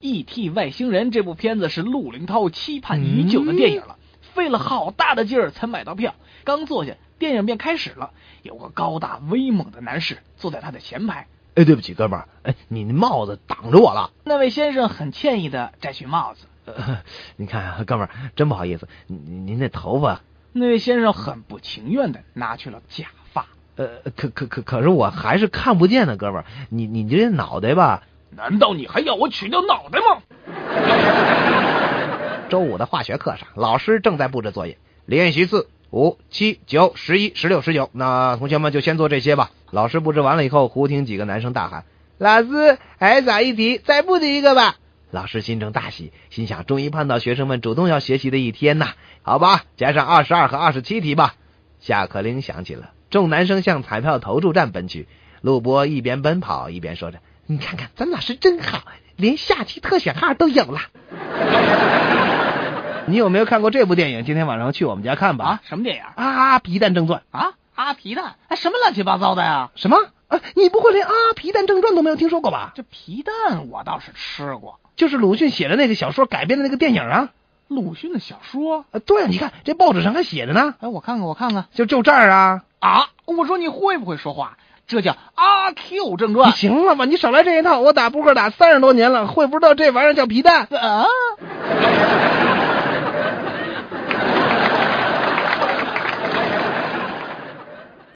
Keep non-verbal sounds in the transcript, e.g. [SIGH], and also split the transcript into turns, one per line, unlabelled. E.T. E 外星人这部片子是陆林涛期盼已久的电影了，费了好大的劲儿才买到票。刚坐下，电影便开始了。有个高大威猛的男士坐在他的前排，
哎，对不起，哥们儿，哎，你那帽子挡着我了。
那位先生很歉意的摘去帽子。
呃你看啊，哥们儿，真不好意思，您您那头发，
那位先生很不情愿的拿去了假发。
呃，可可可可是我还是看不见呢，哥们儿，你你这脑袋吧，
难道你还要我取掉脑袋吗？
周五的化学课上，老师正在布置作业，练习四五七九十一十六十九。那同学们就先做这些吧。老师布置完了以后，胡听几个男生大喊：“老师，还少一题，再布置一个吧！”老师心中大喜，心想终于盼到学生们主动要学习的一天呐。好吧，加上二十二和二十七题吧。下课铃响起了，众男生向彩票投注站奔去。陆波一边奔跑一边说着：“你看看，咱老师真好，连下期特选号都有了。”你有没有看过这部电影？今天晚上去我们家 [LAUGHS] 看吧。
啊，什么电影？
啊，《皮蛋正传》
啊，阿皮蛋？哎，什么乱七八糟的呀？
什么？啊，你不会连《啊皮蛋正传》都没有听说过吧？
这啊皮蛋我倒是吃过，
就是鲁迅写的那个小说改编的那个电影啊。
鲁迅的小说。
啊对啊，你看这报纸上还写着呢，
哎，我看看，我看看
就就这儿啊。
啊！我说你会不会说话？这叫《阿 Q 正传
你》行了吧？你少来这一套！我打扑克打三十多年了，会不知道这玩意儿叫皮蛋？
啊！